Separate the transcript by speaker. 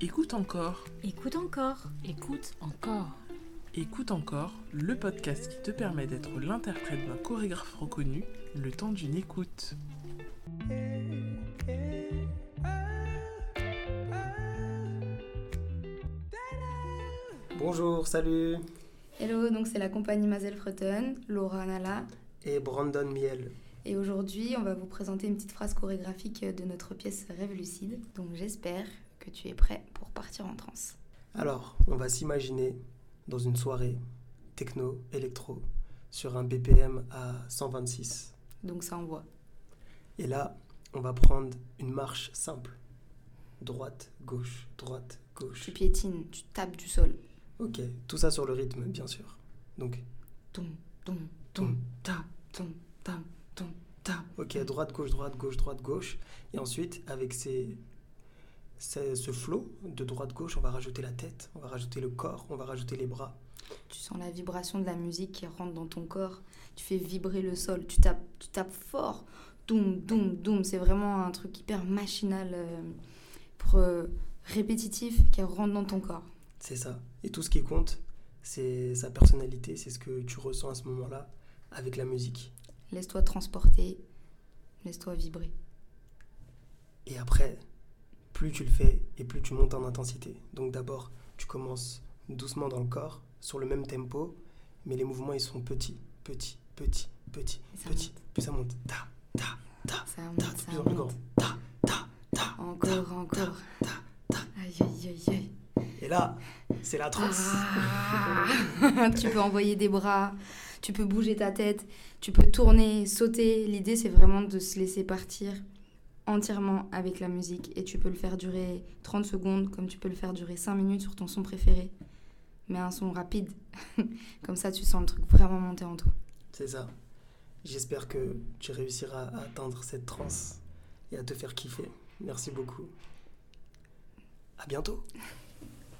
Speaker 1: Écoute encore,
Speaker 2: Écoute encore.
Speaker 3: Écoute encore.
Speaker 1: écoute encore, le podcast qui te permet d'être l'interprète d'un chorégraphe reconnu le temps d'une écoute.
Speaker 4: Bonjour, salut
Speaker 5: Hello, donc c'est la compagnie Mazel Freton, Laura Nala,
Speaker 4: Et Brandon Miel.
Speaker 5: et aujourd'hui on va vous présenter une petite phrase chorégraphique de notre pièce Rêve lucide. Donc j'espère que tu es prêt pour partir en transe.
Speaker 4: Alors, on va s'imaginer dans une soirée techno, électro, sur un BPM à 126.
Speaker 5: Donc ça envoie.
Speaker 4: Et là, on va prendre une marche simple. Droite, gauche, droite, gauche.
Speaker 5: Tu piétines, tu tapes du sol.
Speaker 4: Ok, tout ça sur le rythme, bien sûr. Donc,
Speaker 5: Tom, tom, tom, ta, tom, tam, tom, ta.
Speaker 4: ok, droite, gauche, droite, gauche, droite, gauche. Et ensuite, avec ces, ces- ce flot de droite, gauche, on va rajouter la tête, on va rajouter le corps, on va rajouter les bras.
Speaker 5: Tu sens la vibration de la musique qui rentre dans ton corps. Tu fais vibrer le sol, tu tapes, tu tapes fort. Doum, doum, doum. C'est vraiment un truc hyper machinal, euh, pour, euh, répétitif, qui rentre dans ton corps.
Speaker 4: C'est ça. Et tout ce qui compte, c'est sa personnalité, c'est ce que tu ressens à ce moment-là avec la musique.
Speaker 5: Laisse-toi transporter, laisse-toi vibrer.
Speaker 4: Et après, plus tu le fais et plus tu montes en intensité. Donc d'abord, tu commences doucement dans le corps, sur le même tempo, mais les mouvements ils sont petits, petits, petits, petits,
Speaker 5: Et ça
Speaker 4: petits.
Speaker 5: monte.
Speaker 4: Puis ça monte. Ta, ta,
Speaker 5: Ça
Speaker 4: ta,
Speaker 5: monte,
Speaker 4: de
Speaker 5: ça
Speaker 4: plus en plus grand.
Speaker 5: monte.
Speaker 4: Ta, ta, ta.
Speaker 5: Encore, encore. Aïe, aïe, aïe, aïe.
Speaker 4: Et là, c'est la transe.
Speaker 5: Ah tu peux envoyer des bras, tu peux bouger ta tête, tu peux tourner, sauter. L'idée, c'est vraiment de se laisser partir entièrement avec la musique. Et tu peux le faire durer 30 secondes, comme tu peux le faire durer 5 minutes sur ton son préféré. Mais un son rapide. comme ça, tu sens le truc vraiment monter en toi.
Speaker 4: C'est ça. J'espère que tu réussiras à atteindre cette transe et à te faire kiffer. Merci beaucoup. À bientôt.